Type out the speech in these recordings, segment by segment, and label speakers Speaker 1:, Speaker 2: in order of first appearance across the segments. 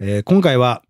Speaker 1: えー今回は、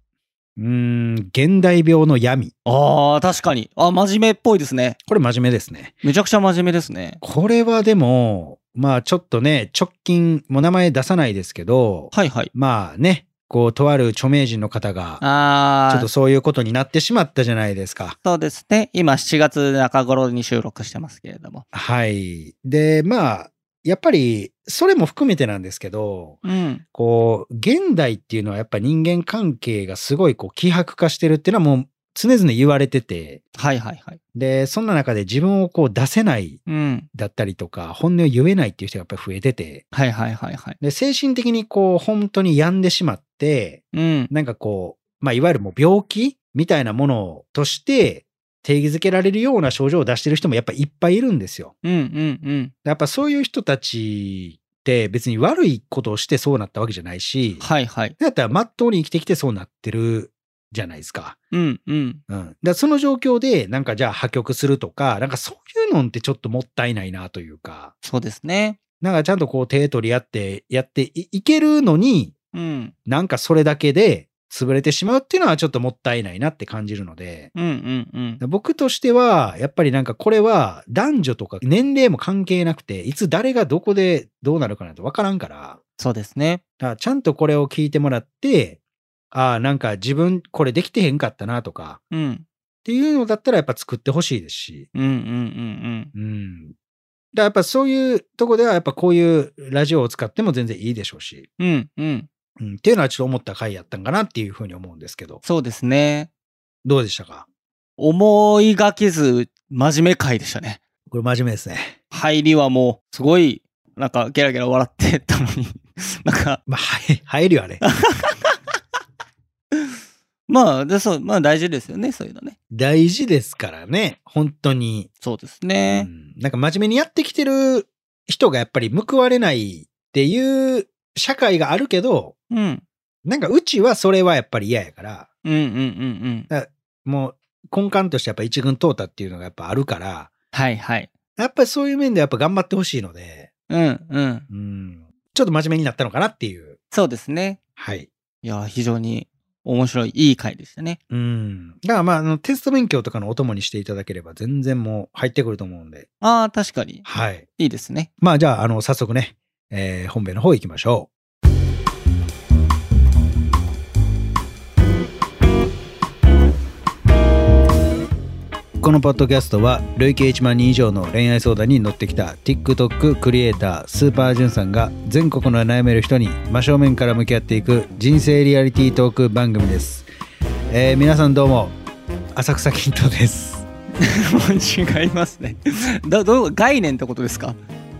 Speaker 1: うーん、現代病の闇。
Speaker 2: ああ、確かに。あ、真面目っぽいですね。
Speaker 1: これ真面目ですね。
Speaker 2: めちゃくちゃ真面目ですね。
Speaker 1: これはでも、まあちょっとね、直近、もう名前出さないですけど、
Speaker 2: はいはい。
Speaker 1: まあね、こう、とある著名人の方が、
Speaker 2: あ
Speaker 1: ちょ
Speaker 2: あ、
Speaker 1: っとそういうことになってしまったじゃないですか。
Speaker 2: そうですね。今7月中頃に収録してますけれども。
Speaker 1: はい。で、まあ、やっぱり、それも含めてなんですけど、
Speaker 2: うん。
Speaker 1: こう、現代っていうのはやっぱ人間関係がすごいこう、希薄化してるっていうのはもう常々言われてて、
Speaker 2: はいはいはい。
Speaker 1: で、そんな中で自分をこう出せない
Speaker 2: うん。
Speaker 1: だったりとか、本音を言えないっていう人がやっぱり増えてて、
Speaker 2: はいはいはいはい。
Speaker 1: で、精神的にこう、本当に病んでしまって、
Speaker 2: うん。
Speaker 1: なんかこう、まあ、いわゆるもう病気みたいなものとして定義づけられるような症状を出してる人もやっぱいっぱいいるんですよ。
Speaker 2: うんうんうん。
Speaker 1: やっぱそういう人たちって別に悪いことをしてそうなったわけじゃないし、
Speaker 2: はいはい。
Speaker 1: だったらまっとうに生きてきてそうなってるじゃないですか。
Speaker 2: うんうん。
Speaker 1: うん。だからその状況でなんかじゃあ破局するとか、なんかそういうのってちょっともったいないなというか、
Speaker 2: そうですね。
Speaker 1: なんかちゃんとこう手取り合ってやっていいけるのに、
Speaker 2: うん。
Speaker 1: なんかそれだけで潰れてしまうっていうのはちょっともったいないなって感じるので、
Speaker 2: うんうんうん。
Speaker 1: 僕としては、やっぱりなんかこれは男女とか年齢も関係なくて、いつ誰がどこでどうなるかなんてわからんから、
Speaker 2: そうですね。
Speaker 1: だからちゃんとこれを聞いてもらって、ああ、なんか自分これできてへんかったなとか、
Speaker 2: うん。
Speaker 1: っていうのだったらやっぱ作ってほしいですし、
Speaker 2: うんうんうん
Speaker 1: うん。だからやっぱそういうとこではやっぱこういうラジオを使っても全然いいでしょうし、
Speaker 2: うん。うんうん。
Speaker 1: うん、っていうのはちょっと思った回やったんかなっていうふうに思うんですけど、
Speaker 2: そうですね。
Speaker 1: どうでしたか
Speaker 2: 思いがけず真面目回でしたね。
Speaker 1: これ真面目ですね。
Speaker 2: 入りはもうすごいなんかゲラゲラ笑ってたのに なんか
Speaker 1: まあ、はい入るよね。
Speaker 2: まあでそうまあ大事ですよねそういうのね
Speaker 1: 大事ですからね、本当に、
Speaker 2: そうです
Speaker 1: う
Speaker 2: ね
Speaker 1: ん。なんか真面目にやってきてる人がやっぱり報われないっていう社会があるけど、
Speaker 2: うん、うん、
Speaker 1: なんかうちはそれはやっぱり嫌やから、
Speaker 2: うんうんうん
Speaker 1: もう根幹としてやっぱ一軍淘汰っていうのがやっぱあるから、
Speaker 2: はいはい
Speaker 1: やっぱりそういう面でやっぱ頑張ってほしいので、
Speaker 2: うんうん
Speaker 1: うん、ちょっと真面目になったのかなっていう。
Speaker 2: そうですね
Speaker 1: はい。
Speaker 2: いや非常に面白いいい回でしたね
Speaker 1: うん。だからまあ、あのテスト勉強とかのお供にしていただければ全然もう入ってくると思うんで。
Speaker 2: ああ確かに
Speaker 1: はい。
Speaker 2: いいですね
Speaker 1: まあじゃあ、あの、早速ね、えー本編の方行きましょう。このポッドキャストは累計1万人以上の恋愛相談に乗ってきた TikTok クリエイタースーパージュンさんが全国の悩める人に真正面から向き合っていく人生リアリティートーク番組です、えー皆さんどうも浅草キントです
Speaker 2: 違いますね だどう概念ってことですか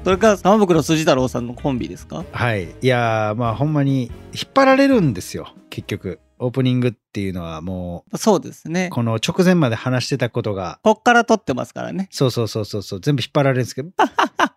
Speaker 2: それから玉袋筋太郎さんのコンビですか
Speaker 1: はい。いやー、まあほんまに引っ張られるんですよ、結局。オープニングっていうのはも
Speaker 2: そうです
Speaker 1: う、
Speaker 2: ね
Speaker 1: この直前まで話してたことが、
Speaker 2: こっから撮ってますからね
Speaker 1: そうそうそうそうそう、全部引っ張られるんですけ ど、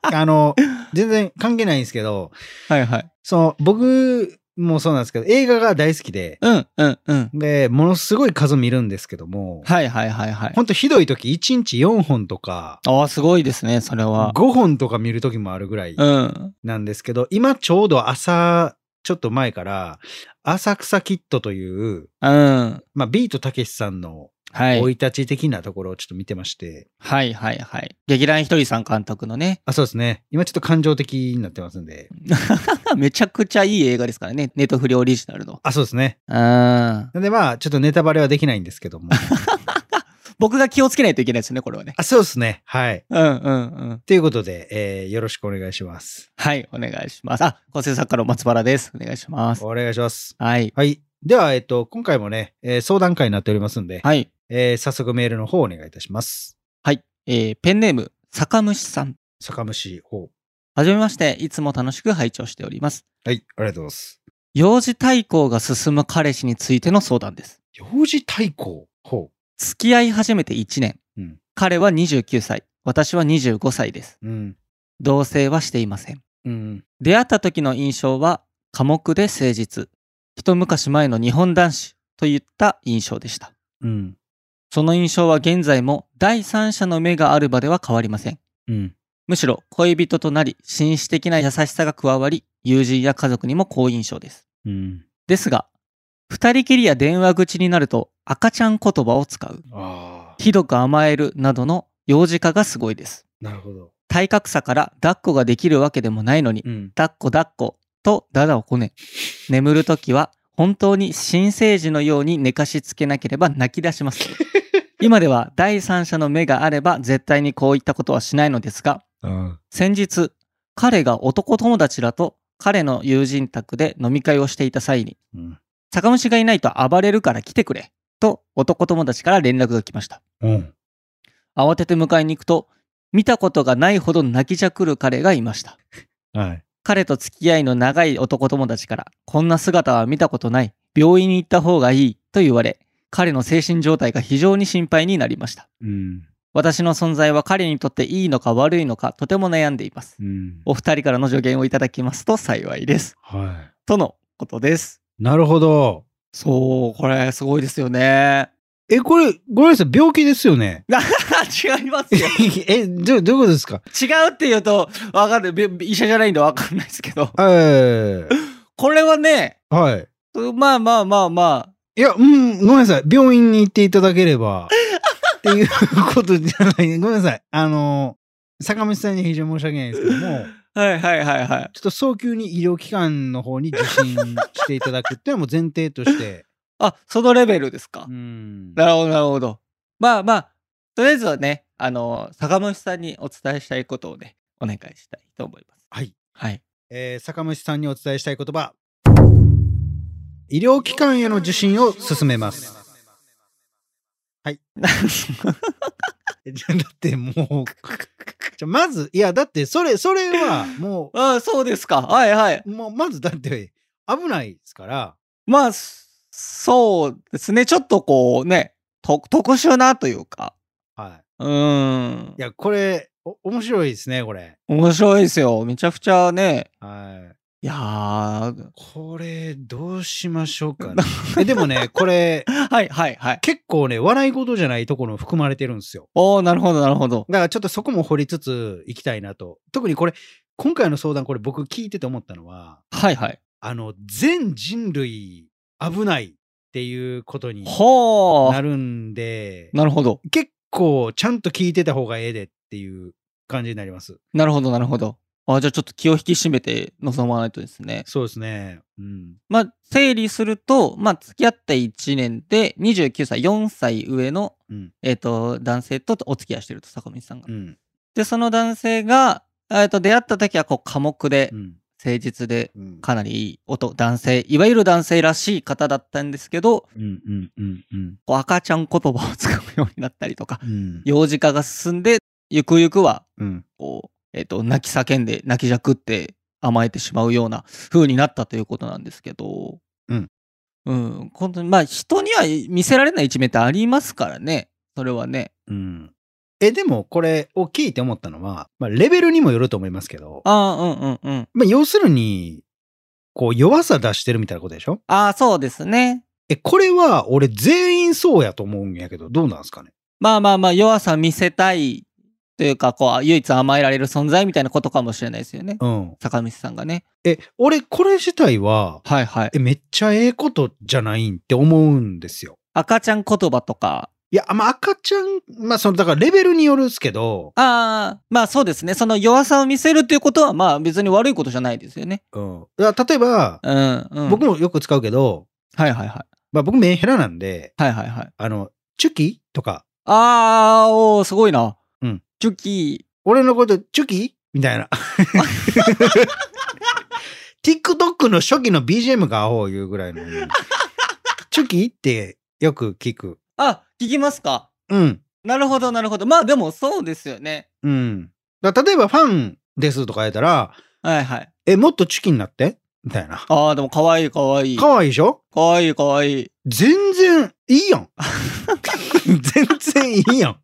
Speaker 1: あの、全然関係ないんですけど、
Speaker 2: はいはい
Speaker 1: その、僕もそうなんですけど、映画が大好きで、
Speaker 2: うんうんうん
Speaker 1: で、ものすごい数見るんですけども、
Speaker 2: はいはいはいはい
Speaker 1: ほんとひどい時、1日4本とか、
Speaker 2: ああ、すごいですね、それは
Speaker 1: 5。本とか見る時もあるぐらい
Speaker 2: うん。
Speaker 1: なんですけど、今ちょうど朝、ちょっと前から、浅草キッドという、
Speaker 2: うん。
Speaker 1: まあ、ビートたけしさんの生
Speaker 2: は
Speaker 1: い
Speaker 2: い。
Speaker 1: 立ち的なところをちょっと見てまして、
Speaker 2: はいはいはい。劇団ひとりさん監督のね。
Speaker 1: あそうですね今ちょっと感情的になってますんで
Speaker 2: めちゃくちゃいい映画ですからね。ネットフリオリジナルの。
Speaker 1: あそうですね
Speaker 2: うん。
Speaker 1: なんでまあちょっとネタバレはできないんですけど も
Speaker 2: 僕が気をつけないといけないですね、これはね。
Speaker 1: あそうですねはい
Speaker 2: うんうんうん。
Speaker 1: ということで、えーよろしくお願いします
Speaker 2: はい、お願いします。あ、構成作家の松原です。お願いします。
Speaker 1: お願いします
Speaker 2: はい。
Speaker 1: はいでは、えっと、今回もね、えー相談会になっておりますんで、
Speaker 2: はい。
Speaker 1: えー早速メールの方お願いいたします。
Speaker 2: はい。えー、ペンネーム、酒蒸しさん。
Speaker 1: 酒蒸し方。
Speaker 2: はじめまして、いつも楽しく拝聴しております。
Speaker 1: はい、ありがとうございます。
Speaker 2: 幼児対抗が進む彼氏についての相談です。
Speaker 1: 幼児対抗方。
Speaker 2: 付き合い始めて1年、
Speaker 1: うん
Speaker 2: 彼は29歳私は25歳です
Speaker 1: うん。
Speaker 2: 同棲はしていません
Speaker 1: うん。
Speaker 2: 出会った時の印象は寡黙で誠実一昔前の日本男子といった印象でした
Speaker 1: うん。
Speaker 2: その印象は現在も第三者の目がある場では変わりません
Speaker 1: うん。
Speaker 2: むしろ恋人となり紳士的な優しさが加わり友人や家族にも好印象です
Speaker 1: うん。
Speaker 2: ですが二人きりや電話口になると赤ちゃん言葉を使う。
Speaker 1: ああ
Speaker 2: ひどく甘えるなどの幼児化がすごいです。
Speaker 1: なるほど
Speaker 2: 体格差から抱っこができるわけでもないのに、
Speaker 1: うん
Speaker 2: 抱っこ抱っことダダをこね、眠るときは本当に新生児のように寝かしつけなければ泣き出し ます。今では第三者の目があれば絶対にこういったことはしないのですが、
Speaker 1: うん
Speaker 2: 先日、彼が男友達らと彼の友人宅で飲み会をしていた際に、
Speaker 1: うん
Speaker 2: 酒虫がいないと暴れるから来てくれ、と男友達から連絡が来ました。
Speaker 1: うん
Speaker 2: 慌てて迎えに行くと、見たことがないほど泣きじゃくる彼がいました。
Speaker 1: はい
Speaker 2: 彼と付き合いの長い男友達から、こんな姿は見たことない、病院に行った方がいいと言われ、彼の精神状態が非常に心配になりました。
Speaker 1: うん
Speaker 2: 私の存在は彼にとっていいのか悪いのかとても悩んでいます。
Speaker 1: うん
Speaker 2: お二人からの助言をいただきますと幸いです。
Speaker 1: は
Speaker 2: とのことです。
Speaker 1: いなるほど
Speaker 2: そう、これすごいですよね。
Speaker 1: えこれごめんなさい病気ですよ ね
Speaker 2: 違いますよ。
Speaker 1: えどどういうことですか
Speaker 2: 違うって言うと、わかる。びび医者じゃないんでわかんないですけど。
Speaker 1: えー、
Speaker 2: これはね、
Speaker 1: はい
Speaker 2: まあまあまあまあ、
Speaker 1: いや、うん、ごめんなさい。病院に行っていただければ。っていうことじゃない。ごめんなさい。あの、坂本さんには非常に申し訳ないですけども、
Speaker 2: はいはいはいはい。
Speaker 1: ちょっと早急に医療機関の方に受診していただくっていうのも前提として。
Speaker 2: あ、そのレベルですか
Speaker 1: う。 ん。
Speaker 2: なるほどなるほど。まあまあ、とりあえずはね、あの、坂本さんにお伝えしたいことをね、お願いしたいと思います。
Speaker 1: はい。
Speaker 2: はい。
Speaker 1: えー坂本さんにお伝えしたい言葉。医療機関への受診を勧めます。えじゃだってもう、じゃまず、いや、だってそれ、それはも
Speaker 2: あそうですか。はいはい。
Speaker 1: う、もうまずだって危ないですから。
Speaker 2: まあ、そそうですね。ちょっとこうね、と特殊なというか。
Speaker 1: はい。
Speaker 2: うーん
Speaker 1: い。や、これ、お面白いですね、これ。
Speaker 2: 面白いですよ。めちゃくちゃね。
Speaker 1: はい。
Speaker 2: いやー。
Speaker 1: これ、どうしましょうかね。えでもね、これ、
Speaker 2: はいはいはい。
Speaker 1: 結構ね、笑い事じゃないところも含まれてるんですよ。
Speaker 2: おー、なるほどなるほど。
Speaker 1: だからちょっとそこも掘りつついきたいなと。特にこれ、今回の相談、これ僕聞いてて思ったのは、
Speaker 2: はいはい。
Speaker 1: あの、全人類危ないっていうことに
Speaker 2: ほ
Speaker 1: な
Speaker 2: ー。
Speaker 1: るんで、
Speaker 2: なるほど。
Speaker 1: 結構ちゃんと聞いてた方がええでっていう感じになります。
Speaker 2: なるほどなるほど。あじゃあちょっと気を引き締めて臨まないとですね。
Speaker 1: そうですね。うん。
Speaker 2: まあ、整理すると、まあ、付き合って1年で29歳、4歳上の、
Speaker 1: うん
Speaker 2: えっ、と、男性とお付き合いしてると、坂道さんが。
Speaker 1: うん。
Speaker 2: で、その男性が、えっ、と、出会った時は、こう、寡黙で
Speaker 1: う、ん。
Speaker 2: 誠実で、
Speaker 1: うん。
Speaker 2: かなりいい音、男性、いわゆる男性らしい方だったんですけど、
Speaker 1: うんうんうんうん。
Speaker 2: こう赤ちゃん言葉を使うようになったりとか、
Speaker 1: うん。
Speaker 2: 幼児化が進んで、ゆくゆくは、
Speaker 1: うん。
Speaker 2: こう、えっ、と、泣き叫んで、泣きじゃくって甘えてしまうような風になったということなんですけど、
Speaker 1: うん。
Speaker 2: うん、本当に、まあ、人には見せられない一面ってありますからね、それはね。
Speaker 1: うん。え、でもこれを聞いて思ったのは、まあ、レベルにもよると思いますけど、
Speaker 2: ああ、うんうんうん。
Speaker 1: まあ、要するに、こう弱さ出してるみたいなことでしょ
Speaker 2: ああ、そうですね。
Speaker 1: え、これは俺全員そうやと思うんやけど、どうなんすかね
Speaker 2: まあまあまあ、弱さ見せたいというか、こう、唯一甘えられる存在みたいなことかもしれないですよね。
Speaker 1: うん。
Speaker 2: 坂道さんがね。
Speaker 1: え、俺これ自体は、
Speaker 2: はいはい。
Speaker 1: え、めっちゃええことじゃないんって思うんですよ。
Speaker 2: 赤ちゃん言葉とか、
Speaker 1: いや、まあ、赤ちゃん、まあ、その、だからレベルによるっすけど、
Speaker 2: ああ、まあそうですね。その弱さを見せるということは、まあ別に悪いことじゃないですよね。
Speaker 1: うん。だから例えば、
Speaker 2: うん、うん。
Speaker 1: 僕もよく使うけど、
Speaker 2: はいはいはい。
Speaker 1: まあ、僕メンヘラなんで、
Speaker 2: はいはいはい。
Speaker 1: あの、チュキとか、
Speaker 2: あー、おー、すごいな。
Speaker 1: うん。
Speaker 2: チュキ
Speaker 1: 俺のこと、チュキみたいな。TikTok の初期の BGM がアホいうぐらいの。チュキってよく聞く。
Speaker 2: あ、聞きますか。
Speaker 1: うん。
Speaker 2: なるほどなるほど。まあでもそうですよね。
Speaker 1: うん。だ例えばファンですとか言ったら、
Speaker 2: はいはい。
Speaker 1: え、もっとチュキになってみたいな。
Speaker 2: あー、でも可愛い可愛い。
Speaker 1: かわいいでしょ
Speaker 2: 可愛い可愛い。
Speaker 1: 全然いいやん。 全然いいやん。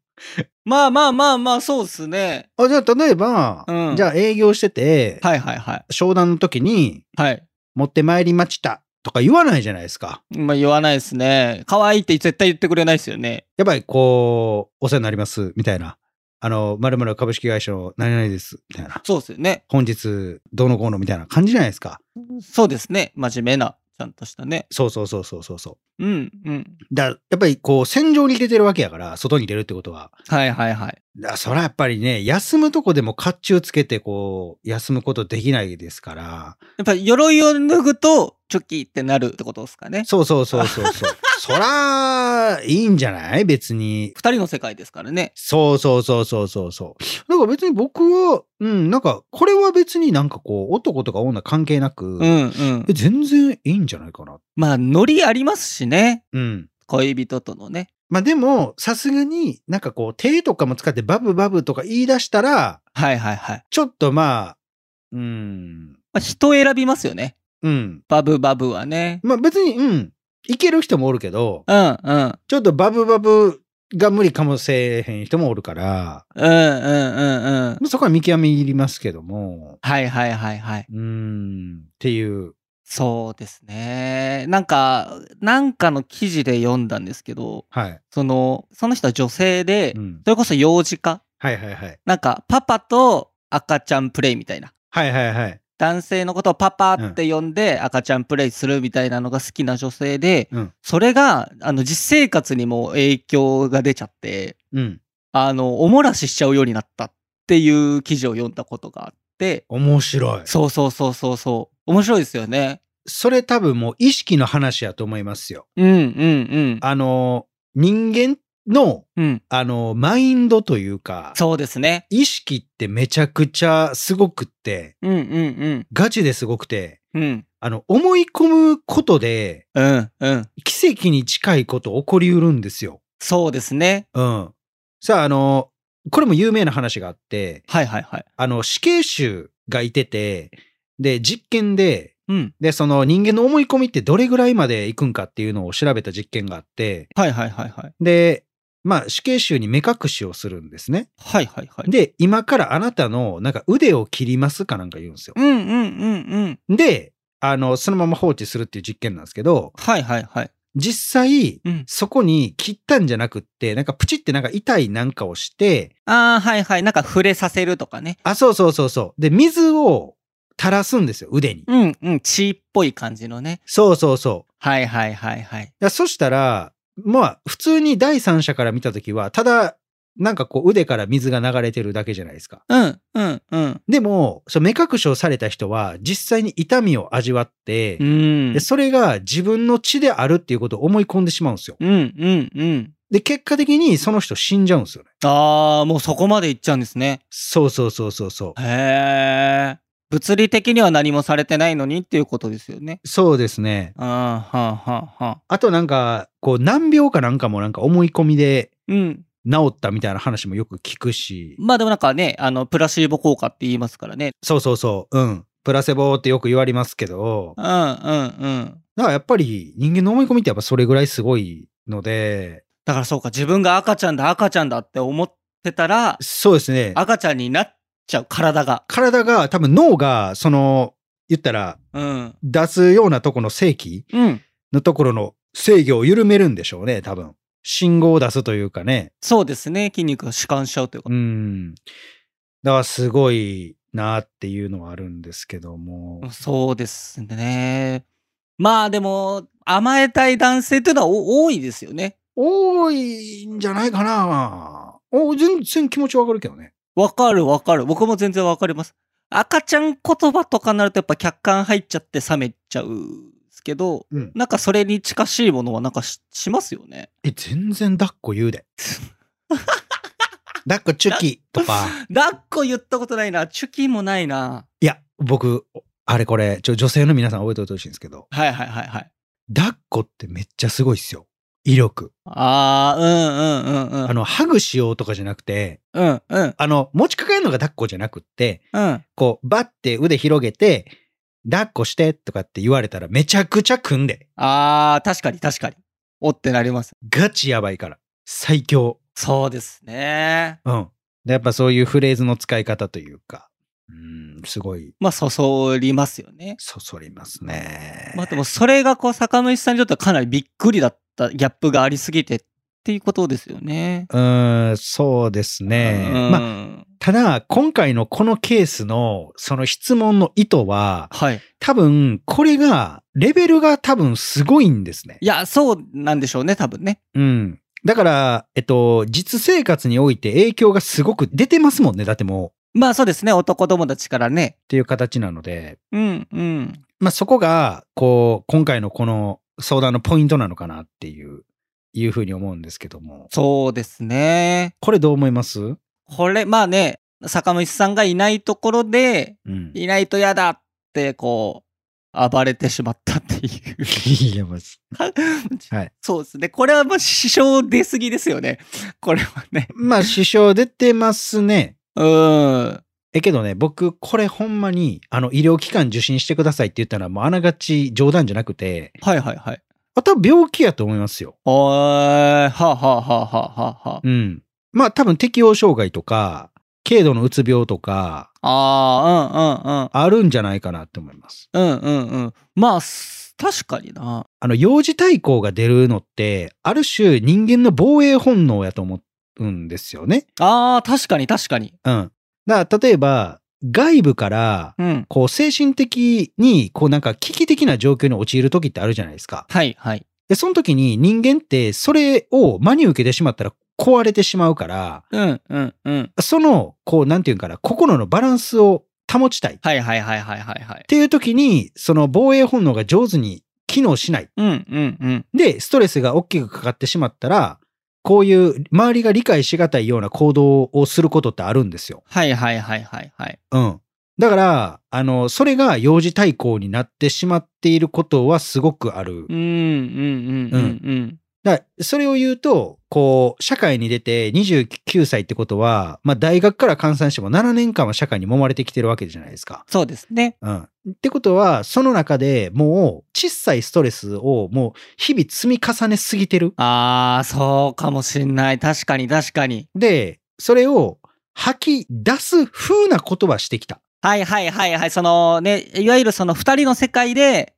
Speaker 2: まあまあまあまあ、そうですね。
Speaker 1: あじゃあ例えば、
Speaker 2: うん
Speaker 1: じゃあ営業してて、
Speaker 2: はいはいはい。
Speaker 1: 商談の時に
Speaker 2: はい。
Speaker 1: 持ってまいりましたとか言わないじゃないですか。
Speaker 2: まあ言わないですね。可愛いって絶対言ってくれないですよね。
Speaker 1: やっぱりこう、お世話になります、みたいな。あの、まる株式会社の何々です、みたいな。
Speaker 2: そうですよね。
Speaker 1: 本日、どうのこうのみたいな感じじゃないですか。
Speaker 2: そうですね。真面目なちゃんとしたね。
Speaker 1: そうそうそうそうそうそう。
Speaker 2: うん、うん。
Speaker 1: だやっぱりこう、戦場に出てるわけやから、外に出るってことは。
Speaker 2: はいはいはい。
Speaker 1: だそらやっぱりね、休むとこでも甲冑つけてこう、休むことできないですから。
Speaker 2: やっぱ鎧を脱ぐと、チョキってなるってことですかね。
Speaker 1: そうそうそうそうそう。 そら、いいんじゃない別に。
Speaker 2: 二人の世界ですからね。
Speaker 1: そうそうそうそうそうそう。だから別に僕は、うん、なんか、これは別になんかこう、男とか女関係なく、
Speaker 2: うんうん
Speaker 1: え。全然いいんじゃないかな。
Speaker 2: まあ、ノリありますしね。
Speaker 1: うん。
Speaker 2: 恋人とのね。
Speaker 1: まあでも、さすがになんかこう、手とかも使ってバブバブとか言い出したら、
Speaker 2: はいはいはい。
Speaker 1: ちょっとまあ、うん、
Speaker 2: まあ、人選びますよね。
Speaker 1: うん。
Speaker 2: バブバブはね。
Speaker 1: まあ別に、うん、いける人もおるけど、
Speaker 2: うんうん。
Speaker 1: ちょっとバブバブが無理かもしれへん人もおるから、
Speaker 2: うんうんうんうん。
Speaker 1: まあそこは見極めいりますけども、
Speaker 2: はいはいはいはい。
Speaker 1: うん、っていう。
Speaker 2: そうですね。なんか、なんかの記事で読んだんですけど、
Speaker 1: はい。
Speaker 2: その、その人は女性で、
Speaker 1: うん。
Speaker 2: それこそ幼児化。
Speaker 1: はいはいはい。
Speaker 2: なんか、パパと赤ちゃんプレイみたいな。
Speaker 1: はいはいはい。
Speaker 2: 男性のことをパパって呼んで赤ちゃんプレイするみたいなのが好きな女性で、
Speaker 1: うん
Speaker 2: それが、あの、実生活にも影響が出ちゃって、
Speaker 1: うん。
Speaker 2: あの、おもらししちゃうようになったっていう記事を読んだことがあって、
Speaker 1: 面白い。
Speaker 2: そうそうそうそうそう。面白いですよね。
Speaker 1: それ多分もう意識の話やと思いますよ。
Speaker 2: うんうん
Speaker 1: あの、人間の、
Speaker 2: うん。うん。
Speaker 1: あの、マインドというか、
Speaker 2: そうですね。
Speaker 1: 意識ってめちゃくちゃすごくって、
Speaker 2: うんうん
Speaker 1: ガチですごくて、
Speaker 2: うん。うん。
Speaker 1: あの、思い込むことで、
Speaker 2: うんうん。
Speaker 1: 奇跡に近いこと起こりうるんですよ。
Speaker 2: そうですね。
Speaker 1: うん。さあ、あの、これも有名な話があって、
Speaker 2: はいはいはい。
Speaker 1: あの、死刑囚がいてて、で、実験で、
Speaker 2: うん。
Speaker 1: で、その人間の思い込みってどれぐらいまでいくんかっていうのを調べた実験があって、
Speaker 2: はいはいはいはい。
Speaker 1: で、まあ死刑囚に目隠しをするんですね。
Speaker 2: はいはいはい。
Speaker 1: で、今からあなたのなんか腕を切りますかなんか言うんですよ。
Speaker 2: うんうんうんうん。
Speaker 1: で、あの、そのまま放置するっていう実験なんですけど、
Speaker 2: はいはいはい。
Speaker 1: 実際、
Speaker 2: うん。
Speaker 1: そこに切ったんじゃなくって、なんかプチってなんか痛いなんかをして、
Speaker 2: ああ、はいはい。なんか触れさせるとかね。
Speaker 1: あ、そうそうそうそう。で、水を垂らすんですよ、腕に。
Speaker 2: うんうん。血っぽい感じのね。
Speaker 1: そうそうそう。
Speaker 2: はいはいはいはい。
Speaker 1: だそしたら、まあ、普通に第三者から見たときは、ただ、なんかこう腕から水が流れてるだけじゃないですか。
Speaker 2: うんうんうん。
Speaker 1: でも、その目隠しをされた人は、実際に痛みを味わって、
Speaker 2: うん。
Speaker 1: でそれが自分の血であるっていうことを思い込んでしまうんですよ。
Speaker 2: うんうんうん。
Speaker 1: で、結果的にその人死んじゃうんですよね。
Speaker 2: ああ、もうそこまでいっちゃうんですね。
Speaker 1: そうそうそうそうそう。
Speaker 2: へえ。物理的には何もされてないのにっていうことですよね。
Speaker 1: そうですね。
Speaker 2: ああ、はあ、はあ、はあ。
Speaker 1: あとなんか、こう難病かなんかもなんか思い込みで
Speaker 2: うん。
Speaker 1: 治ったみたいな話もよく聞くし、
Speaker 2: まあでもなんかね、あの、プラシーボ効果って言いますからね。
Speaker 1: そうそうそう、うん。プラセボってよく言われますけど
Speaker 2: う、ん、うん、うん。
Speaker 1: だからやっぱり人間の思い込みってやっぱそれぐらいすごいので、
Speaker 2: だからそうか、自分が赤ちゃんだ、赤ちゃんだって思ってたら、
Speaker 1: そうですね。
Speaker 2: 赤ちゃんになっちゃう、体が。
Speaker 1: 体が多分脳がその言ったら
Speaker 2: うん。
Speaker 1: 出すようなとこの正規
Speaker 2: うん。
Speaker 1: のところの制御を緩めるんでしょうね、多分。信号を出すというかね。
Speaker 2: そうですね、筋肉が弛緩しちゃうというか。
Speaker 1: うん。だからすごいなっていうのはあるんですけども。
Speaker 2: そうですね。まあでも、甘えたい男性っていうのはお多いですよね。
Speaker 1: 多いんじゃないかなお全然気持ちわかるけどね。
Speaker 2: わかるわかる。僕も全然わかります。赤ちゃん言葉とかになるとやっぱ客観入っちゃって冷めちゃうんですけど、
Speaker 1: うん
Speaker 2: なんかそれに近しいものはなんかししますよね。
Speaker 1: え、全然抱っこ 言うで。抱っこチュキとか。
Speaker 2: 抱っこ言ったことないな。チュキもないな。
Speaker 1: いや、僕、あれこれ、ちょ、女性の皆さん覚えておいてほしいんですけど、
Speaker 2: はいはいはいはい。
Speaker 1: 抱っこってめっちゃすごいっすよ。威力。
Speaker 2: あー、うんうんうんうん。
Speaker 1: あの、ハグしようとかじゃなくて、
Speaker 2: うんうん
Speaker 1: あの、持ちかかえるのが抱っこじゃなくって、
Speaker 2: うん。
Speaker 1: こう、バッて腕広げて、抱っこしてとかって言われたらめちゃくちゃ組んで。
Speaker 2: あー、確かに確かに。おってなります。
Speaker 1: ガチやばいから。最強。
Speaker 2: そうですね。
Speaker 1: うん。でやっぱそういうフレーズの使い方というか、うん、すごい、
Speaker 2: まあ、そそりますよね。
Speaker 1: そそりますね。
Speaker 2: まあでもそれがこう坂虫さんにとってはかなりびっくりだったギャップがありすぎてっていうことですよね。
Speaker 1: うーん、そうですね。まあ、
Speaker 2: ま
Speaker 1: ただ、今回のこのケースの、その質問の意図は、
Speaker 2: はい。
Speaker 1: 多分、これが、レベルが多分すごいんですね。
Speaker 2: いや、そうなんでしょうね、多分ね。
Speaker 1: うん。だから、えっと、実生活において影響がすごく出てますもんね。だってもう、っ
Speaker 2: まあそうですね、男友達からね。
Speaker 1: ていう形なので、
Speaker 2: うん、うん。
Speaker 1: まあそこが、こう、今回のこの相談のポイントなのかなっていう、いうふうに思うんですけども。
Speaker 2: そうですね。
Speaker 1: これどう思いますう
Speaker 2: これ、まあね、坂道さんがいないところで、
Speaker 1: ん。
Speaker 2: いないと嫌だって、こう、暴れてしまったっていう。
Speaker 1: いや、まず。はい。
Speaker 2: そうですね。これはもう支障出すぎですよね。これはね。
Speaker 1: まあ、支障出てますね。
Speaker 2: うーん。
Speaker 1: え、けどね、僕、これほんまに、あの、医療機関受診してくださいって言ったのは、もうあながち冗談じゃなくて、
Speaker 2: はいはいはい。
Speaker 1: あとは病気やと思いますよ。
Speaker 2: おーい。はあ、はあはあはあはあは
Speaker 1: うん。まあ、多分適応障害とか、軽度のうつ病とか、
Speaker 2: あ。あ
Speaker 1: あるんじゃないかなって思います。
Speaker 2: ー、うんうんうん。うんうんうん。まあ、す確かにな。
Speaker 1: あの、幼児対抗が出るのって、ある種人間の防衛本能やと思うんですよね。
Speaker 2: ああ、確かに確かに。
Speaker 1: うん。だから、例えば、外部から、
Speaker 2: うん。
Speaker 1: こう、精神的に、こう、なんか危機的な状況に陥る時ってあるじゃないですか。
Speaker 2: はいはい。
Speaker 1: で、その時に人間ってそれを真に受けてしまったら壊れてしまうから、
Speaker 2: うんうんうん。
Speaker 1: その、こう、なんていうんかな、心のバランスを保ちたいっ
Speaker 2: はいはいはいはいはいはい。
Speaker 1: ていう時に、その防衛本能が上手に機能しない。
Speaker 2: うんうんうん。
Speaker 1: で、ストレスが大きくかかってしまったら、こういう周りが理解しがたいような行動をすることってあるんですよ。
Speaker 2: はいはいはいはいはい。
Speaker 1: うん。だから、あの、それが幼児対抗になってしまっていることはすごくある。
Speaker 2: うんうんうんうんうん。
Speaker 1: だからそれを言うと、こう、社会に出て29歳ってことは、まあ大学から換算しても7年間は社会に揉まれてきてるわけじゃないですか。
Speaker 2: そうですね。
Speaker 1: うん。ってことは、その中でもう、小さいストレスをもう日々積み重ねすぎてる。
Speaker 2: ああ、そうかもしんない。確かに確かに。
Speaker 1: で、それを吐き出す風なことはしてきた。
Speaker 2: はいはいはいはい。そのね、いわゆるその二人の世界で、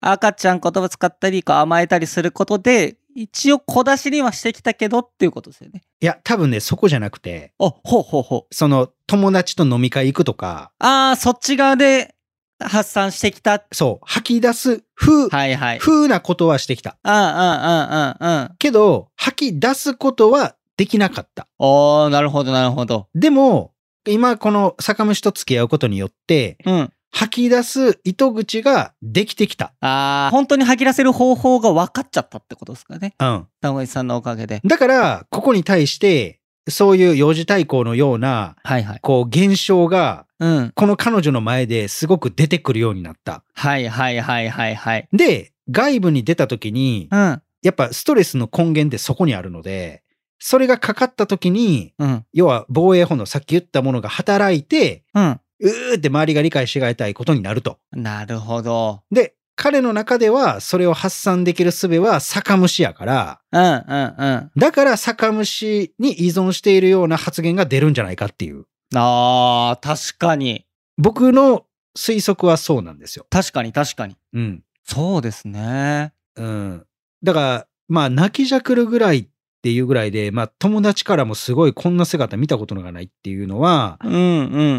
Speaker 2: 赤ちゃん言葉使ったり、こう甘えたりすることで、一応小出しにはしてきたけどっていうことですよね。
Speaker 1: いや、多分ね、そこじゃなくて、
Speaker 2: あ、ほうほうほう。
Speaker 1: その友達と飲み会行くとか、
Speaker 2: ああ、そっち側で発散してきた。
Speaker 1: そう、吐き出す風、
Speaker 2: はいはい。
Speaker 1: 風なことはしてきた。
Speaker 2: ああ、ああ、ああ、ああ。
Speaker 1: けど、吐き出すことはできなかった。
Speaker 2: おー、なるほどなるほど。
Speaker 1: でも、今この酒蒸しと付き合うことによって、
Speaker 2: うん。
Speaker 1: 吐き出す糸口ができてきた。
Speaker 2: ああ、本当に吐き出せる方法が分かっちゃったってことですかね。
Speaker 1: うん。
Speaker 2: 田口さんのおかげで。
Speaker 1: だから、ここに対して、そういう幼児対抗のような、
Speaker 2: はいはい。
Speaker 1: こう、現象が、
Speaker 2: うん。
Speaker 1: この彼女の前ですごく出てくるようになった。
Speaker 2: はいはいはいはいはい。
Speaker 1: で、外部に出た時に
Speaker 2: う、ん。
Speaker 1: やっぱストレスの根源ってそこにあるので、それがかかった時に、
Speaker 2: うん。
Speaker 1: 要は防衛本能、さっき言ったものが働いて、
Speaker 2: うん。
Speaker 1: うーって周りが理解しがたいことになると。
Speaker 2: なるほど。
Speaker 1: で、彼の中ではそれを発散できる術は酒蒸しやから、
Speaker 2: うんうんうん。
Speaker 1: だから酒蒸しに依存しているような発言が出るんじゃないかっていう。
Speaker 2: あー、確かに。
Speaker 1: 僕の推測はそうなんですよ。
Speaker 2: 確かに確かに。
Speaker 1: うん。
Speaker 2: そうですね。
Speaker 1: うん。だから、まあ、泣きじゃくるぐらいっていうぐらいで、まあ、友達からもすごいこんな姿見たことがないっていうのは、
Speaker 2: うんうんうんう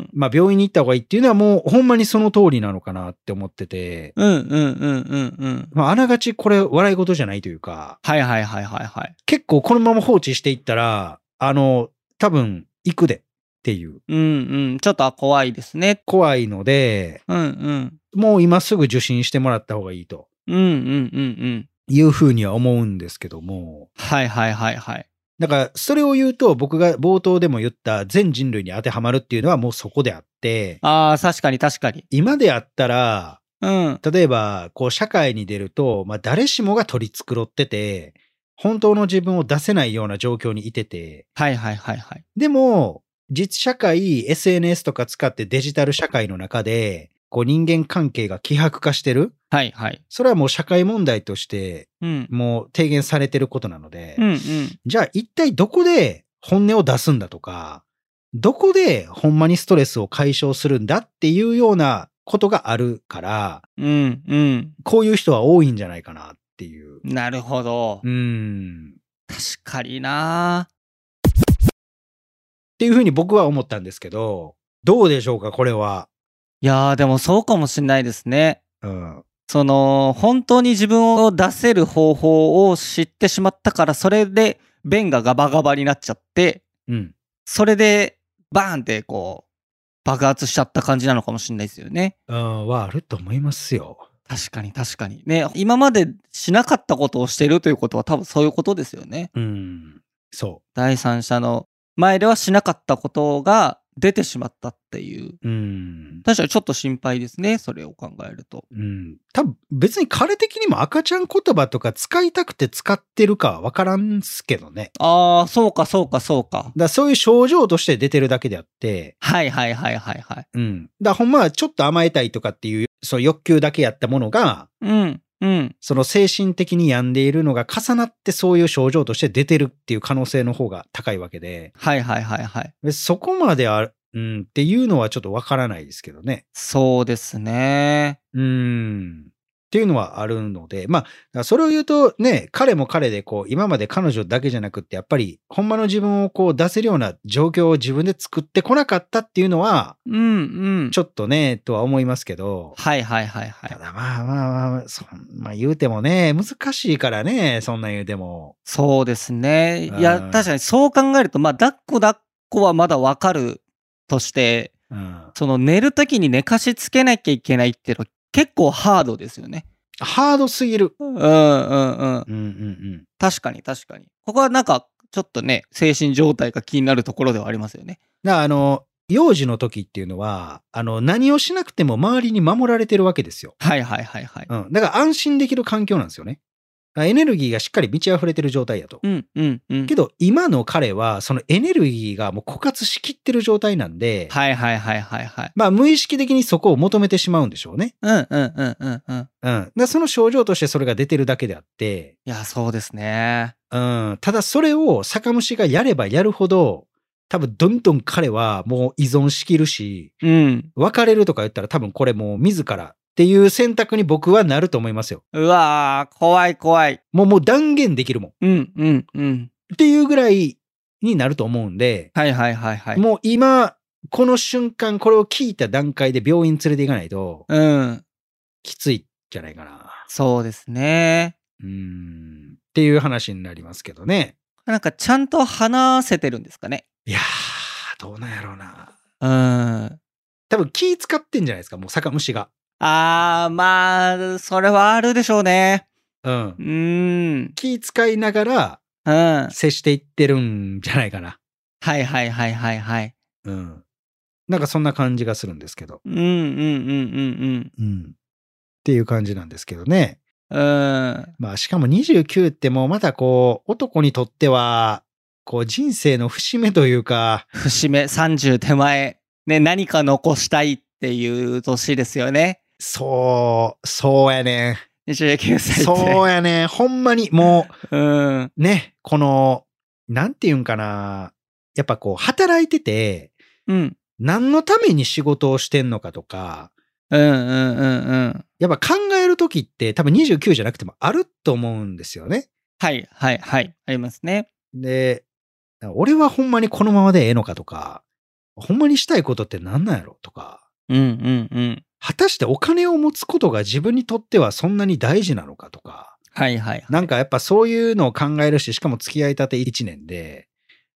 Speaker 2: ん。
Speaker 1: まあ、病院に行った方がいいっていうのはもうほんまにその通りなのかなって思ってて、
Speaker 2: うんうんうんうんうん。
Speaker 1: まあ、あながちこれ笑い事じゃないというか、
Speaker 2: はいはいはいはいはい。
Speaker 1: 結構このまま放置していったら、あの、多分行くでっていう。
Speaker 2: うんうん。ちょっと怖いですね。
Speaker 1: 怖いので、
Speaker 2: うんうん。
Speaker 1: もう今すぐ受診してもらった方がいいと
Speaker 2: うんうんうんうん。
Speaker 1: いうふうには思うんですけども。
Speaker 2: はいはいはいはい。
Speaker 1: だから、それを言うと僕が冒頭でも言った全人類に当てはまるっていうのはもうそこであって、
Speaker 2: あー、確かに確かに。
Speaker 1: 今であったら、
Speaker 2: うん。
Speaker 1: 例えば、こう、社会に出ると、まあ、誰しもが取り繕ってて、本当の自分を出せないような状況にいてて、
Speaker 2: はいはいはいはい。
Speaker 1: でも、実社会、SNS とか使ってデジタル社会の中で、こう人間関係が希薄化してる
Speaker 2: はいはい。
Speaker 1: それはもう社会問題として、
Speaker 2: うん。
Speaker 1: もう提言されてることなので、
Speaker 2: うんうん。
Speaker 1: じゃあ一体どこで本音を出すんだとか、どこでほんまにストレスを解消するんだっていうようなことがあるから、
Speaker 2: うんうん。
Speaker 1: こういう人は多いんじゃないかなっていう。
Speaker 2: なるほど
Speaker 1: う。ーん。
Speaker 2: 確かにな
Speaker 1: っていうふうに僕は思ったんですけど、どうでしょうか、これは。
Speaker 2: いやー、でもそうかもしんないですね。
Speaker 1: うん。
Speaker 2: その、本当に自分を出せる方法を知ってしまったから、それで便がガバガバになっちゃって、
Speaker 1: うん。
Speaker 2: それでバーンってこう、爆発しちゃった感じなのかもしんないですよね。
Speaker 1: うん、はあると思いますよ。
Speaker 2: 確かに確かに。ね、今までしなかったことをしてるということは多分そういうことですよね。
Speaker 1: うん。そ
Speaker 2: 第三者の前ではしなかったことが出てしまったっていう。
Speaker 1: う。うん。
Speaker 2: 確かにちょっと心配ですね。それを考えると。
Speaker 1: うん。多分別に彼的にも赤ちゃん言葉とか使いたくて使ってるかはわからんすけどね。
Speaker 2: ああ、そうかそうかそうか。
Speaker 1: だからそういう症状として出てるだけであって、
Speaker 2: はいはいはいはいはい。
Speaker 1: うん。だからほんまはちょっと甘えたいとかっていう、その欲求だけやったものが、
Speaker 2: うん、うん。
Speaker 1: その精神的に病んでいるのが重なってそういう症状として出てるっていう可能性の方が高いわけで、
Speaker 2: はいはいはいはい。
Speaker 1: でそこまである、うん、っていうのはちょっとわからないですけどね。
Speaker 2: そうですね。
Speaker 1: うん。っていうのはあるので、まあ、だからそれを言うとね、彼も彼でこう、今まで彼女だけじゃなくって、やっぱり、ほんまの自分をこう出せるような状況を自分で作ってこなかったっていうのは、
Speaker 2: うん、うん。
Speaker 1: ちょっとね、とは思いますけど、
Speaker 2: はいはいはいはい
Speaker 1: た。だまあまあまあ、そんまあ言うてもね、難しいからね、そんなん言うても。
Speaker 2: そうですね。いや、
Speaker 1: うん
Speaker 2: 確かにそう考えると、まあ、抱っこ抱っこはまだわかるとして、
Speaker 1: うん。
Speaker 2: その寝るときに寝かしつけなきゃいけないっていうのは結構ハードですよね。
Speaker 1: ハードすぎる。
Speaker 2: うんうんうん。
Speaker 1: うんうんうん。
Speaker 2: 確かに確かに。ここはなんか、ちょっとね、精神状態が気になるところではありますよね。
Speaker 1: だからあの、幼児の時っていうのは、あの、何をしなくても周りに守られてるわけですよ。
Speaker 2: はいはいはいはい。
Speaker 1: うん。だから安心できる環境なんですよね。だからエネルギーがしっかり満ち溢れてる状態やと。
Speaker 2: うんうんうん
Speaker 1: け。ど、今の彼は、そのエネルギーがもう枯渇しきってる状態なんで、
Speaker 2: はいはいはいはいはい。
Speaker 1: まあ、無意識的にそこを求めてしまうんでしょうね。
Speaker 2: うんうんうんうんう
Speaker 1: う
Speaker 2: ん。
Speaker 1: ん。だからその症状としてそれが出てるだけであって、
Speaker 2: いや、そうですね。
Speaker 1: うん。ただそれを酒虫がやればやるほど、多分どんどん彼はもう依存しきるし、
Speaker 2: うん。
Speaker 1: 別れるとか言ったら多分これもう自らっていう選択に僕はなると思いますよ。
Speaker 2: うわー、怖い怖い。
Speaker 1: もうもう断言できるもん。
Speaker 2: うんうんうん。
Speaker 1: っていうぐらいになると思うんで、
Speaker 2: はいはいはいはい。
Speaker 1: もう今、この瞬間、これを聞いた段階で病院連れて行かないと、
Speaker 2: うん。
Speaker 1: きついんじゃないかな。
Speaker 2: そうですね。
Speaker 1: うん。っていう話になりますけどね。
Speaker 2: なんかちゃんと話せてるんですかね。
Speaker 1: いやー、どうなんやろうな。
Speaker 2: うん。あ
Speaker 1: 多分気使ってんじゃないですか、もう酒虫が。
Speaker 2: ー、まあ、それはあるでしょうね。
Speaker 1: うん
Speaker 2: う。ーん。
Speaker 1: 気使いながら
Speaker 2: うん。は
Speaker 1: 接していってるんじゃないかな。
Speaker 2: いはいはいはいはい。
Speaker 1: うん。なんかそんな感じがするんですけど。
Speaker 2: うんうんうん
Speaker 1: うん。っていう感じなんですけどね。
Speaker 2: うんうん。うん。
Speaker 1: まあしかも29ってもうまたこう、男にとっては、こう人生の節目というか、
Speaker 2: 節目30手前。ね、何か残したいっていう年ですよね。
Speaker 1: そう、そうやねん。
Speaker 2: 29歳って。
Speaker 1: そうやねん。ほんまにも
Speaker 2: うん。
Speaker 1: う、ね、この、なんていうんかな。やっぱこう、働いてて、
Speaker 2: うん。
Speaker 1: 何のために仕事をしてんのかとか、
Speaker 2: うんうんうんうん。
Speaker 1: やっぱ考えるときって多分29じゃなくてもあると思うんですよね。
Speaker 2: はいはいはい。ありますね。
Speaker 1: で、俺はほんまにこのままでええのかとか、ほんまにしたいことって何なんやろとか、
Speaker 2: うんうんうん。
Speaker 1: 果たしてお金を持つことが自分にとってはそんなに大事なのかとか、
Speaker 2: はいはい。
Speaker 1: なんかやっぱそういうのを考えるし、しかも付き合いたて1年で、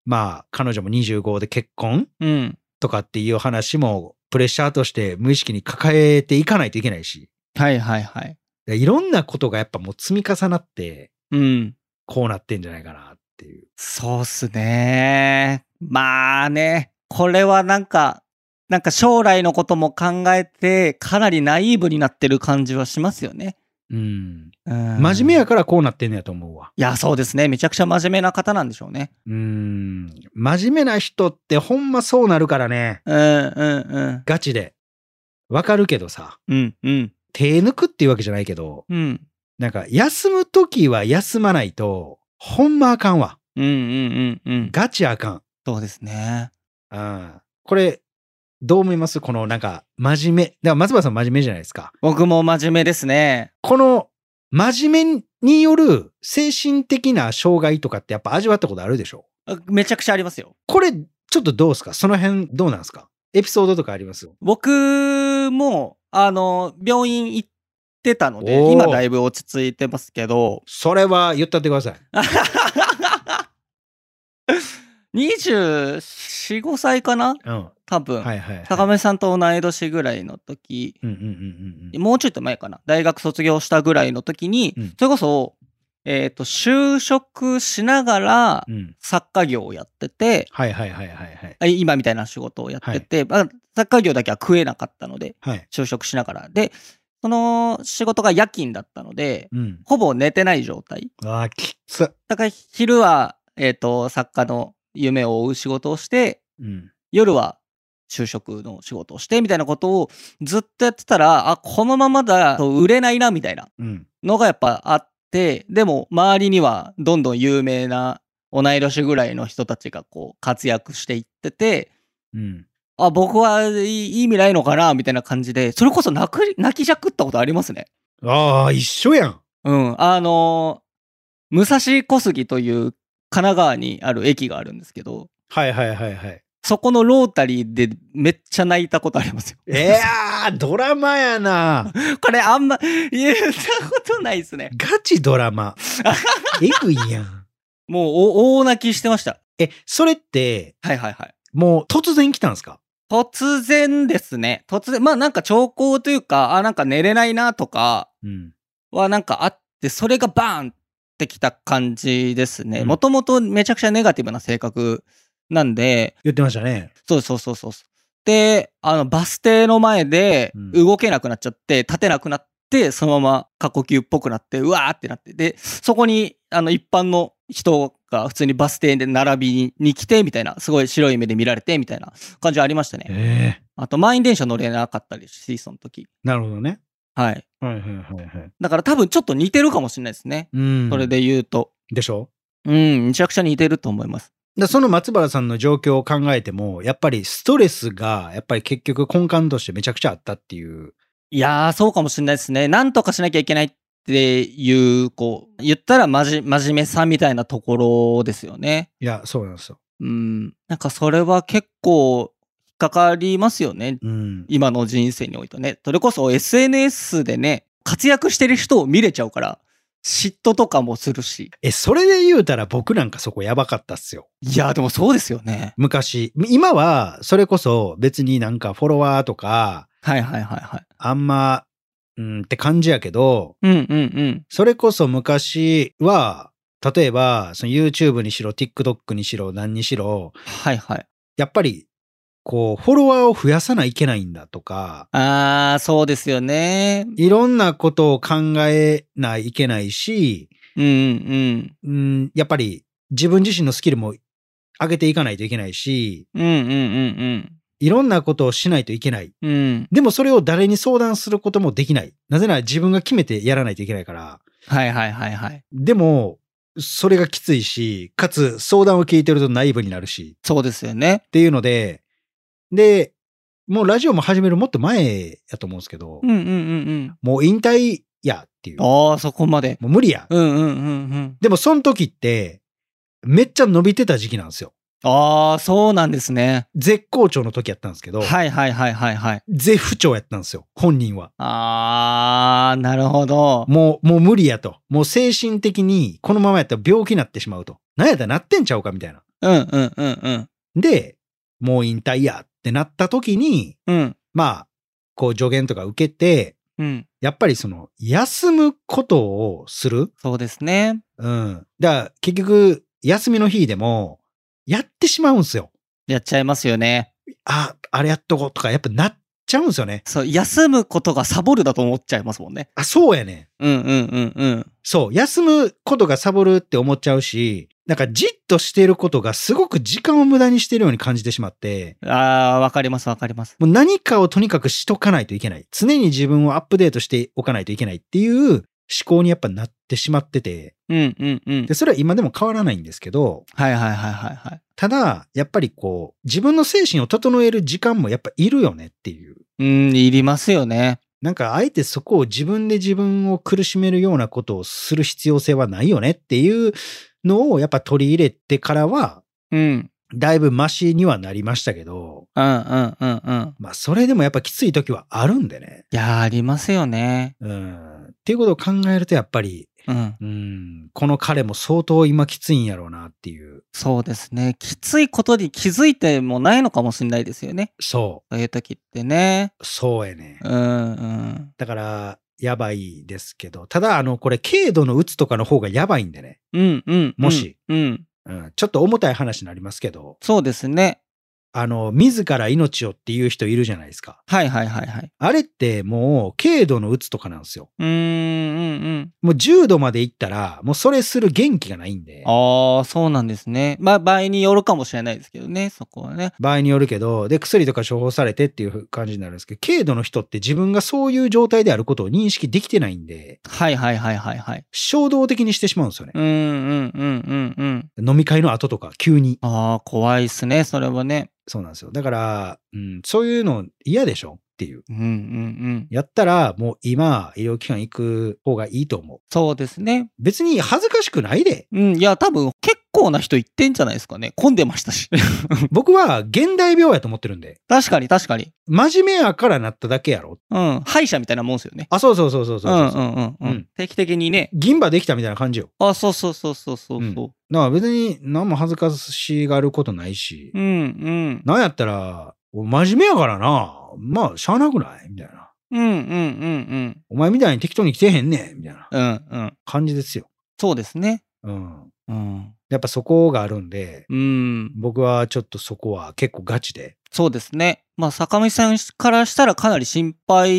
Speaker 1: まあ彼女も25で結婚
Speaker 2: うん。
Speaker 1: とかっていう話もプレッシャーとして無意識に抱えていかないといけないし、
Speaker 2: はいはいはい。
Speaker 1: でいろんなことがやっぱもう積み重なって、
Speaker 2: うん。
Speaker 1: こうなってんじゃないかなっていう。
Speaker 2: そうっすね。まあね、これはなんか、なんか将来のことも考えて、かなりナイーブになってる感じはしますよね。
Speaker 1: うん。
Speaker 2: うん
Speaker 1: 真面目や
Speaker 2: い
Speaker 1: からこうなってんねやと思うわ。
Speaker 2: や、そうですね。めちゃくちゃ真面目な方なんでしょうね。
Speaker 1: うん。真面目な人ってほんまそうなるからね。
Speaker 2: うんうん
Speaker 1: ガチで。わかるけどさ、
Speaker 2: うん。うんうん。
Speaker 1: 手抜くっていうわけじゃないけど、
Speaker 2: うん。
Speaker 1: なんか休むときは休まないと、ほんまあかんわ。
Speaker 2: うんうんうんうん。
Speaker 1: ガチあかん。
Speaker 2: そうですね。
Speaker 1: うん。これ、どう思いますこのなんか、真面目。だから松原さん真面目じゃないですか。
Speaker 2: 僕も真面目ですね。
Speaker 1: この、真面目による精神的な障害とかってやっぱ味わったことあるでしょ
Speaker 2: あめちゃくちゃありますよ。
Speaker 1: これ、ちょっとどうですかその辺どうなんですかエピソードとかあります
Speaker 2: 僕も、あの、病院行ってたの
Speaker 1: お
Speaker 2: で、
Speaker 1: ー
Speaker 2: 今だいぶ落ち着いてますけど、
Speaker 1: それは言ったってください。
Speaker 2: 24、5歳かな
Speaker 1: うん。は
Speaker 2: 多分。
Speaker 1: いはい、はい。
Speaker 2: 高めさんと同い年ぐらいの時、
Speaker 1: うんうんうんうん。
Speaker 2: もうちょっと前かな。大学卒業したぐらいの時に、
Speaker 1: うん
Speaker 2: それこそ、えっ、と、就職しながら
Speaker 1: うん。
Speaker 2: 作家業をやってて、
Speaker 1: はいはいはいはいはい。
Speaker 2: あ今みたいな仕事をやってて、まあ、作家業だけは食えなかったので、
Speaker 1: はい。
Speaker 2: 就職しながら。で、その仕事が夜勤だったので、
Speaker 1: うん。
Speaker 2: ほぼ寝てない状態。
Speaker 1: ああ、きつ。
Speaker 2: だから昼は、えっ、と、作家の夢を追う仕事をして、
Speaker 1: うん。
Speaker 2: 夜は就職の仕事をしてみたいなことをずっとやってたら、あ、このままだと売れないなみたいな
Speaker 1: うん。
Speaker 2: のがやっぱあって、でも周りにはどんどん有名な同い年ぐらいの人たちがこう活躍していってて、
Speaker 1: うん。
Speaker 2: あ、僕はいいい意味ないのかなみたいな感じで、それこそ泣く泣きじゃくったことありますね。
Speaker 1: ああ、一緒やん。
Speaker 2: うん。あのー武蔵小杉という神奈川にある駅があるんですけど、
Speaker 1: はいはいはいはい。
Speaker 2: そこのロータリーでめっちゃ泣いたことありますよ。
Speaker 1: いやー、ドラマやな。
Speaker 2: これあんま言ったことないですね。
Speaker 1: ガチドラマ。えぐいやん。
Speaker 2: もうお大泣きしてました。
Speaker 1: え、それって、
Speaker 2: はいはいはい。
Speaker 1: もう突然来たんですか
Speaker 2: 突然ですね。突然。まあなんか兆候というか、あ、なんか寝れないなとか
Speaker 1: うん。
Speaker 2: はなんかあって、それがバーンってきた感じですね。
Speaker 1: うん
Speaker 2: もともとめちゃくちゃネガティブな性格なんで、
Speaker 1: 言ってましたね。
Speaker 2: そうそうそうそう。で、あの、バス停の前で
Speaker 1: うん
Speaker 2: 動けなくなっちゃって、立てなくなって、そのまま過呼吸っぽくなって、うわーってなって、で、そこに、あの、一般の人が普通にバス停で並びに来て、みたいな、すごい白い目で見られて、みたいな感じはありましたね。
Speaker 1: ええ
Speaker 2: あと、満員電車乗れなかったりし、その時。
Speaker 1: なるほどね。
Speaker 2: はい。
Speaker 1: はいはいはいはい。
Speaker 2: だから多分ちょっと似てるかもしれないですね。
Speaker 1: うん。
Speaker 2: それ。で言うと。
Speaker 1: でしょ
Speaker 2: うん、めちゃくちゃ似てると思います。
Speaker 1: でその松原さんの状況を考えてもやっぱりストレスがやっぱり結局根幹としてめちゃくちゃあったっていう。
Speaker 2: いやー、そうかもしれないですね。なんとかしなきゃいけないっていう、こう、言ったらまじ、真面目さみたいなところですよね。
Speaker 1: いやそうなんですよ。
Speaker 2: うん。なんかそれは結構引っかかりますよね。
Speaker 1: うん、
Speaker 2: 今の人生においてはね。それこそ SNS でね、活躍してる人を見れちゃうから、嫉妬とかもするし。
Speaker 1: えそれで言うたら僕なんかそこやばかったっすよ。
Speaker 2: いやー、でもそうですよね。
Speaker 1: 昔今はそれこそ別になんかフォロワーとか
Speaker 2: はいはいはいはい。
Speaker 1: あんまうんって感じやけど
Speaker 2: うんうんうん。
Speaker 1: それこそ昔は例えばその YouTube にしろ TikTok にしろ何にしろ
Speaker 2: はいはい。
Speaker 1: やっぱりこうフォロワーを増やさないけないんだとか
Speaker 2: あー、そうですよね。
Speaker 1: いろんなことを考えないいけないし、
Speaker 2: うんうん
Speaker 1: うん、やっぱり自分自身のスキルも上げていかないといけないし、
Speaker 2: うん。うんうんうん
Speaker 1: いろんなことをしないといけない。
Speaker 2: うん。うん。
Speaker 1: でもそれを誰に相談することもできない。なぜなら自分が決めてやらないといけないから。
Speaker 2: はいはいはいはい。
Speaker 1: でも、それがきついし、かつ相談を聞いてるとナイーブになるし、
Speaker 2: そうですよね
Speaker 1: っ。ていうので、で、もうラジオも始めるもっと前やと思うんですけど、
Speaker 2: うんうんうん
Speaker 1: もう引退やっていう。
Speaker 2: う
Speaker 1: も
Speaker 2: ん。ああ、そこまで。
Speaker 1: う無理や。
Speaker 2: うんうんうんうん。
Speaker 1: でもその時って、めっちゃ伸びてた時期なんですよ。
Speaker 2: ああ、そうなんですね。
Speaker 1: 絶好調の時やったんですけど、
Speaker 2: はいはいはいはいはい。
Speaker 1: 絶不調やったんですよ、本人は。
Speaker 2: ああ、なるほど。
Speaker 1: もう、もう無理やと。もう精神的に、このままやったら病気になってしまうと。なんやったらなってんちゃうかみたいな。
Speaker 2: うんうんうんうん。
Speaker 1: で、もう引退やってなった時に、
Speaker 2: うん
Speaker 1: まあ、こう助言とか受けて、
Speaker 2: うん。
Speaker 1: やっぱりその、休むことをする。
Speaker 2: そうですね。
Speaker 1: うん。だから、結局、休みの日でも、やってしまうんですよ。
Speaker 2: やっちゃいますよね。
Speaker 1: あ、あれやっとこうとか、やっぱなっちゃうんですよね。
Speaker 2: そう、休むことがサボるだと思っちゃいますもんね。
Speaker 1: あ、そうやねん。
Speaker 2: うんうんうんうん。
Speaker 1: そう、休むことがサボるって思っちゃうし、なんかじっとしてることがすごく時間を無駄にしてるように感じてしまって、
Speaker 2: ああ、わかりますわかります。
Speaker 1: もう何かをとにかくしとかないといけない。常に自分をアップデートしておかないといけないっていう思考にやっぱなってしまってて、
Speaker 2: うんうんうん
Speaker 1: で、。それは今でも変わらないんですけど、
Speaker 2: はいはいはいはいはい。
Speaker 1: ただ、やっぱりこう、自分の精神を整える時間もやっぱいるよねっていう。
Speaker 2: うん、いりますよね。
Speaker 1: なんか、あえてそこを自分で自分を苦しめるようなことをする必要性はないよねっていうのをやっぱ取り入れてからは、
Speaker 2: うん。
Speaker 1: だいぶマシにはなりましたけど、
Speaker 2: うんうんうんうん。
Speaker 1: まあ、それでもやっぱきつい時はあるんでね。
Speaker 2: いやー、ありますよね。
Speaker 1: うん。っていうことを考えると、やっぱり、
Speaker 2: うん。
Speaker 1: うん、この彼も相当今きついんやろうなっていう。
Speaker 2: そうですね。きついことに気づいてもないのかもしれないですよね。
Speaker 1: そ
Speaker 2: そういう時ってね。
Speaker 1: う、そうやね。
Speaker 2: うんうん。
Speaker 1: だから、やばいですけど、ただ、あの、これ、軽度のうつとかの方がやばいんでね。
Speaker 2: うんうん。
Speaker 1: もし。
Speaker 2: うん。
Speaker 1: うん、ちょっと重たい話になりますけど、
Speaker 2: そうですね。
Speaker 1: あの、自ら命をっていう人いるじゃないですか。
Speaker 2: はいはいはいはい。
Speaker 1: あれってもう、軽度のうつとかなんですよ。
Speaker 2: うーんうんうん。
Speaker 1: もう重度までいったら、もうそれする元気がないんで、
Speaker 2: ああ、そうなんですね。まあ、場合によるかもしれないですけどね、そこはね。
Speaker 1: 場合によるけど、で、薬とか処方されてっていう感じになるんですけど、軽度の人って自分がそういう状態であることを認識できてないんで、
Speaker 2: はいはいはいはいはい。
Speaker 1: 衝動的にしてしまうんですよね
Speaker 2: う。んうんうんうんうん。
Speaker 1: 飲み会の後とか、急に。
Speaker 2: ああ、怖いっすね、それはね。
Speaker 1: そうなんですよ。だから、うん、そういうの嫌でしょっていう。
Speaker 2: うんうんうん。
Speaker 1: やったら、もう今、医療機関行く方がいいと思う。
Speaker 2: そうですね。
Speaker 1: 別に恥ずかしくないで。
Speaker 2: うん、いや、多分結構な人行ってんじゃないですかね。混んでましたし。
Speaker 1: 僕は現代病やと思ってるんで。
Speaker 2: 確かに確かに。
Speaker 1: 真面目やからなっただけやろ。
Speaker 2: うん、歯医者みたいなもんですよね。
Speaker 1: あ、そうそうそうそうそう
Speaker 2: う
Speaker 1: そうそう。
Speaker 2: んうんうんう
Speaker 1: うんん。
Speaker 2: 定期的にね。
Speaker 1: 銀歯できたみたいな感じよ。
Speaker 2: あ、そうそうそうそうそう
Speaker 1: うん
Speaker 2: そう。
Speaker 1: だから別に何も恥ずかしがることないし、
Speaker 2: うんうん。
Speaker 1: なんやったら、お真面目やからな。まあ、しゃあなくないみたいな。
Speaker 2: うんうんうん
Speaker 1: お前みたいに適当に来てへんねんみたいな
Speaker 2: うん。うんうん。
Speaker 1: 感じですよ。
Speaker 2: そうですね。
Speaker 1: うん。
Speaker 2: うん。
Speaker 1: やっぱそこがあるんで、
Speaker 2: うん。
Speaker 1: 僕はちょっとそこは結構ガチで。
Speaker 2: そうですね。まあ、坂上さんからしたらかなり心配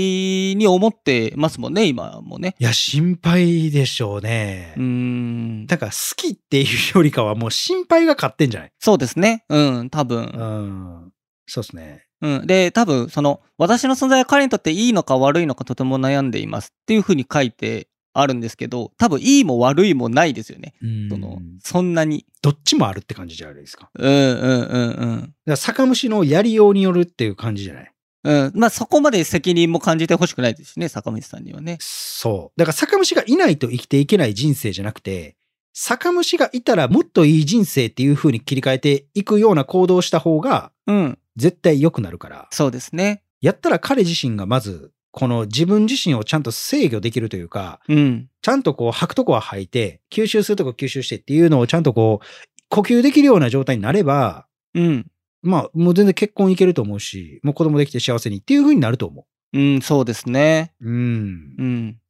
Speaker 2: に思ってますもんね、今もね。
Speaker 1: いや、心配でしょうね。
Speaker 2: うーん。
Speaker 1: だから好きっていうよりかはもう心配が勝ってんじゃない
Speaker 2: そうですね。うん、多分。
Speaker 1: うん。そうですね。
Speaker 2: うん。で、多分、その、私の存在は彼にとっていいのか悪いのかとても悩んでいますっていうふうに書いてあるんですけど、多分、いいも悪いもないですよね。
Speaker 1: うん
Speaker 2: その、そんなに。
Speaker 1: どっちもあるって感じじゃないですか。だか
Speaker 2: うんうんうんうん。
Speaker 1: ら酒蒸しのやりようによるっていう感じじゃない
Speaker 2: うん、まあそこまで責任も感じてほしくないですしね、坂道さんにはね。
Speaker 1: そう。だから酒蒸しがいないと生きていけない人生じゃなくて、酒蒸しがいたらもっといい人生っていう風に切り替えていくような行動をした方が
Speaker 2: うん、
Speaker 1: 絶対良くなるから、
Speaker 2: そうですね。
Speaker 1: やったら彼自身がまず、この自分自身をちゃんと制御できるというか、
Speaker 2: うん、
Speaker 1: ちゃんとこう吐くとこは吐いて、吸収するとこ吸収してっていうのをちゃんとこう、呼吸できるような状態になれば、
Speaker 2: うん、
Speaker 1: まあ、もう全然結婚いけると思うし、もう子供できて幸せにっていう風になると思
Speaker 2: うん、そうですね。
Speaker 1: う。うん。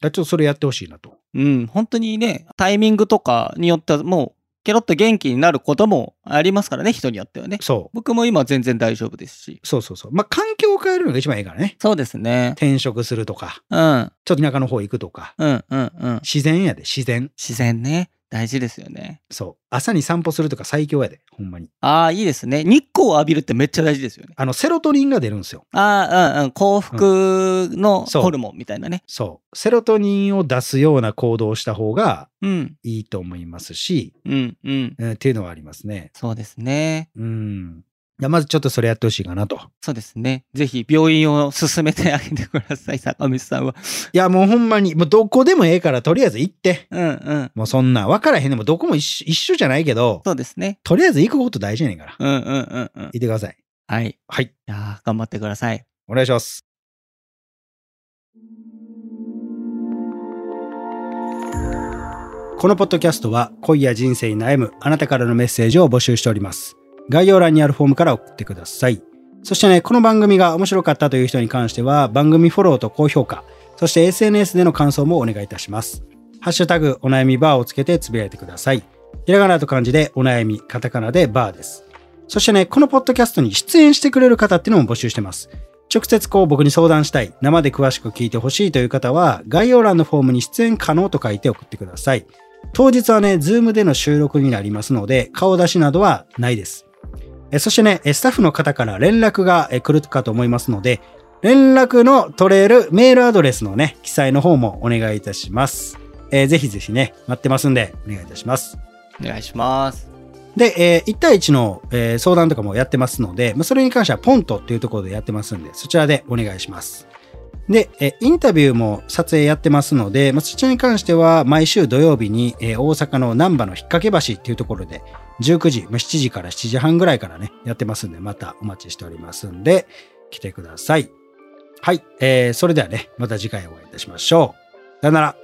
Speaker 1: だか
Speaker 2: うん。
Speaker 1: らちょっとそれやってほしいなと。
Speaker 2: うん、本当にね、タイミングとかによってはもう、ケロッと元気になることもありますからね、人によってはね。
Speaker 1: そう。
Speaker 2: 僕も今全然大丈夫ですし。
Speaker 1: そうそうそう。まあ、環境を変えるのが一番いいからね。
Speaker 2: そうですね。
Speaker 1: 転職するとか、
Speaker 2: うん、
Speaker 1: ちょっと田舎の方行くとか。
Speaker 2: うん、うん、うん。
Speaker 1: 自然やで、自然。
Speaker 2: 自然ね、大事ですよね。
Speaker 1: そう。朝に散歩するとか最強やで、ほんまに。
Speaker 2: ああ、いいですね。日光を浴びるってめっちゃ大事ですよね。
Speaker 1: あの、セロトニンが出るんですよ。
Speaker 2: ああ、うん、うん、幸福の
Speaker 1: そう
Speaker 2: ホルモンみたいなね。
Speaker 1: そう。セロトニンを出すような行動をした方が
Speaker 2: うん、
Speaker 1: いいと思いますし、
Speaker 2: うん、うん。
Speaker 1: うん、っていうのはありますね。
Speaker 2: そうですね。
Speaker 1: うん。いや、まずちょっとそれやってほしいかなと。
Speaker 2: そうですね。ぜひ病院を進めてあげてください、坂道さんは。
Speaker 1: いや、もうほんまに、もうどこでもええから、とりあえず行って。
Speaker 2: うんうん。
Speaker 1: もうそんな、わからへんでも、どこも一緒一緒じゃないけど、
Speaker 2: そうですね。
Speaker 1: とりあえず行くこと大事やねんから。行
Speaker 2: うんうんうんうん
Speaker 1: っ。てください。
Speaker 2: はい。い
Speaker 1: はい。
Speaker 2: やー頑張ってください。
Speaker 1: お願いします。このポッドキャストは恋や人生に悩むあなたからのメッセージを募集しております。概要欄にあるフォームから送ってください。そしてね、この番組が面白かったという人に関しては番組フォローと高評価、そして SNS での感想もお願いいたします。ハッシュタグお悩みバーをつけてつぶやいてください。ひらがなと漢字でお悩み、カタカナでバーです。そしてね、このポッドキャストに出演してくれる方っていうのも募集してます。直接こう僕に相談したい、生で詳しく聞いてほしいという方は、概要欄のフォームに出演可能と書いて送ってください。当日はね、ズームでの収録になりますので、顔出しなどはないです。えそしてね、えスタッフの方から連絡がえ来るかと思いますので、連絡の取れるメールアドレスのね、記載の方もお願いいたします。えーぜひぜひね、待ってますんで、お願いいたします。
Speaker 2: お願いします。
Speaker 1: で、えー1対1の、えー相談とかもやってますので、まあ、それに関してはポントっていうところでやってますんで、そちらでお願いします。で、えインタビューも撮影やってますので、まあ、そちらに関しては毎週土曜日に、えー大阪の難波の引っ掛け橋っていうところで、19時、まあ、7時から7時半ぐらいからね、やってますんで、またお待ちしておりますんで、来てください。はい、えーそれではね、また次回お会いいたしましょう。さよなら。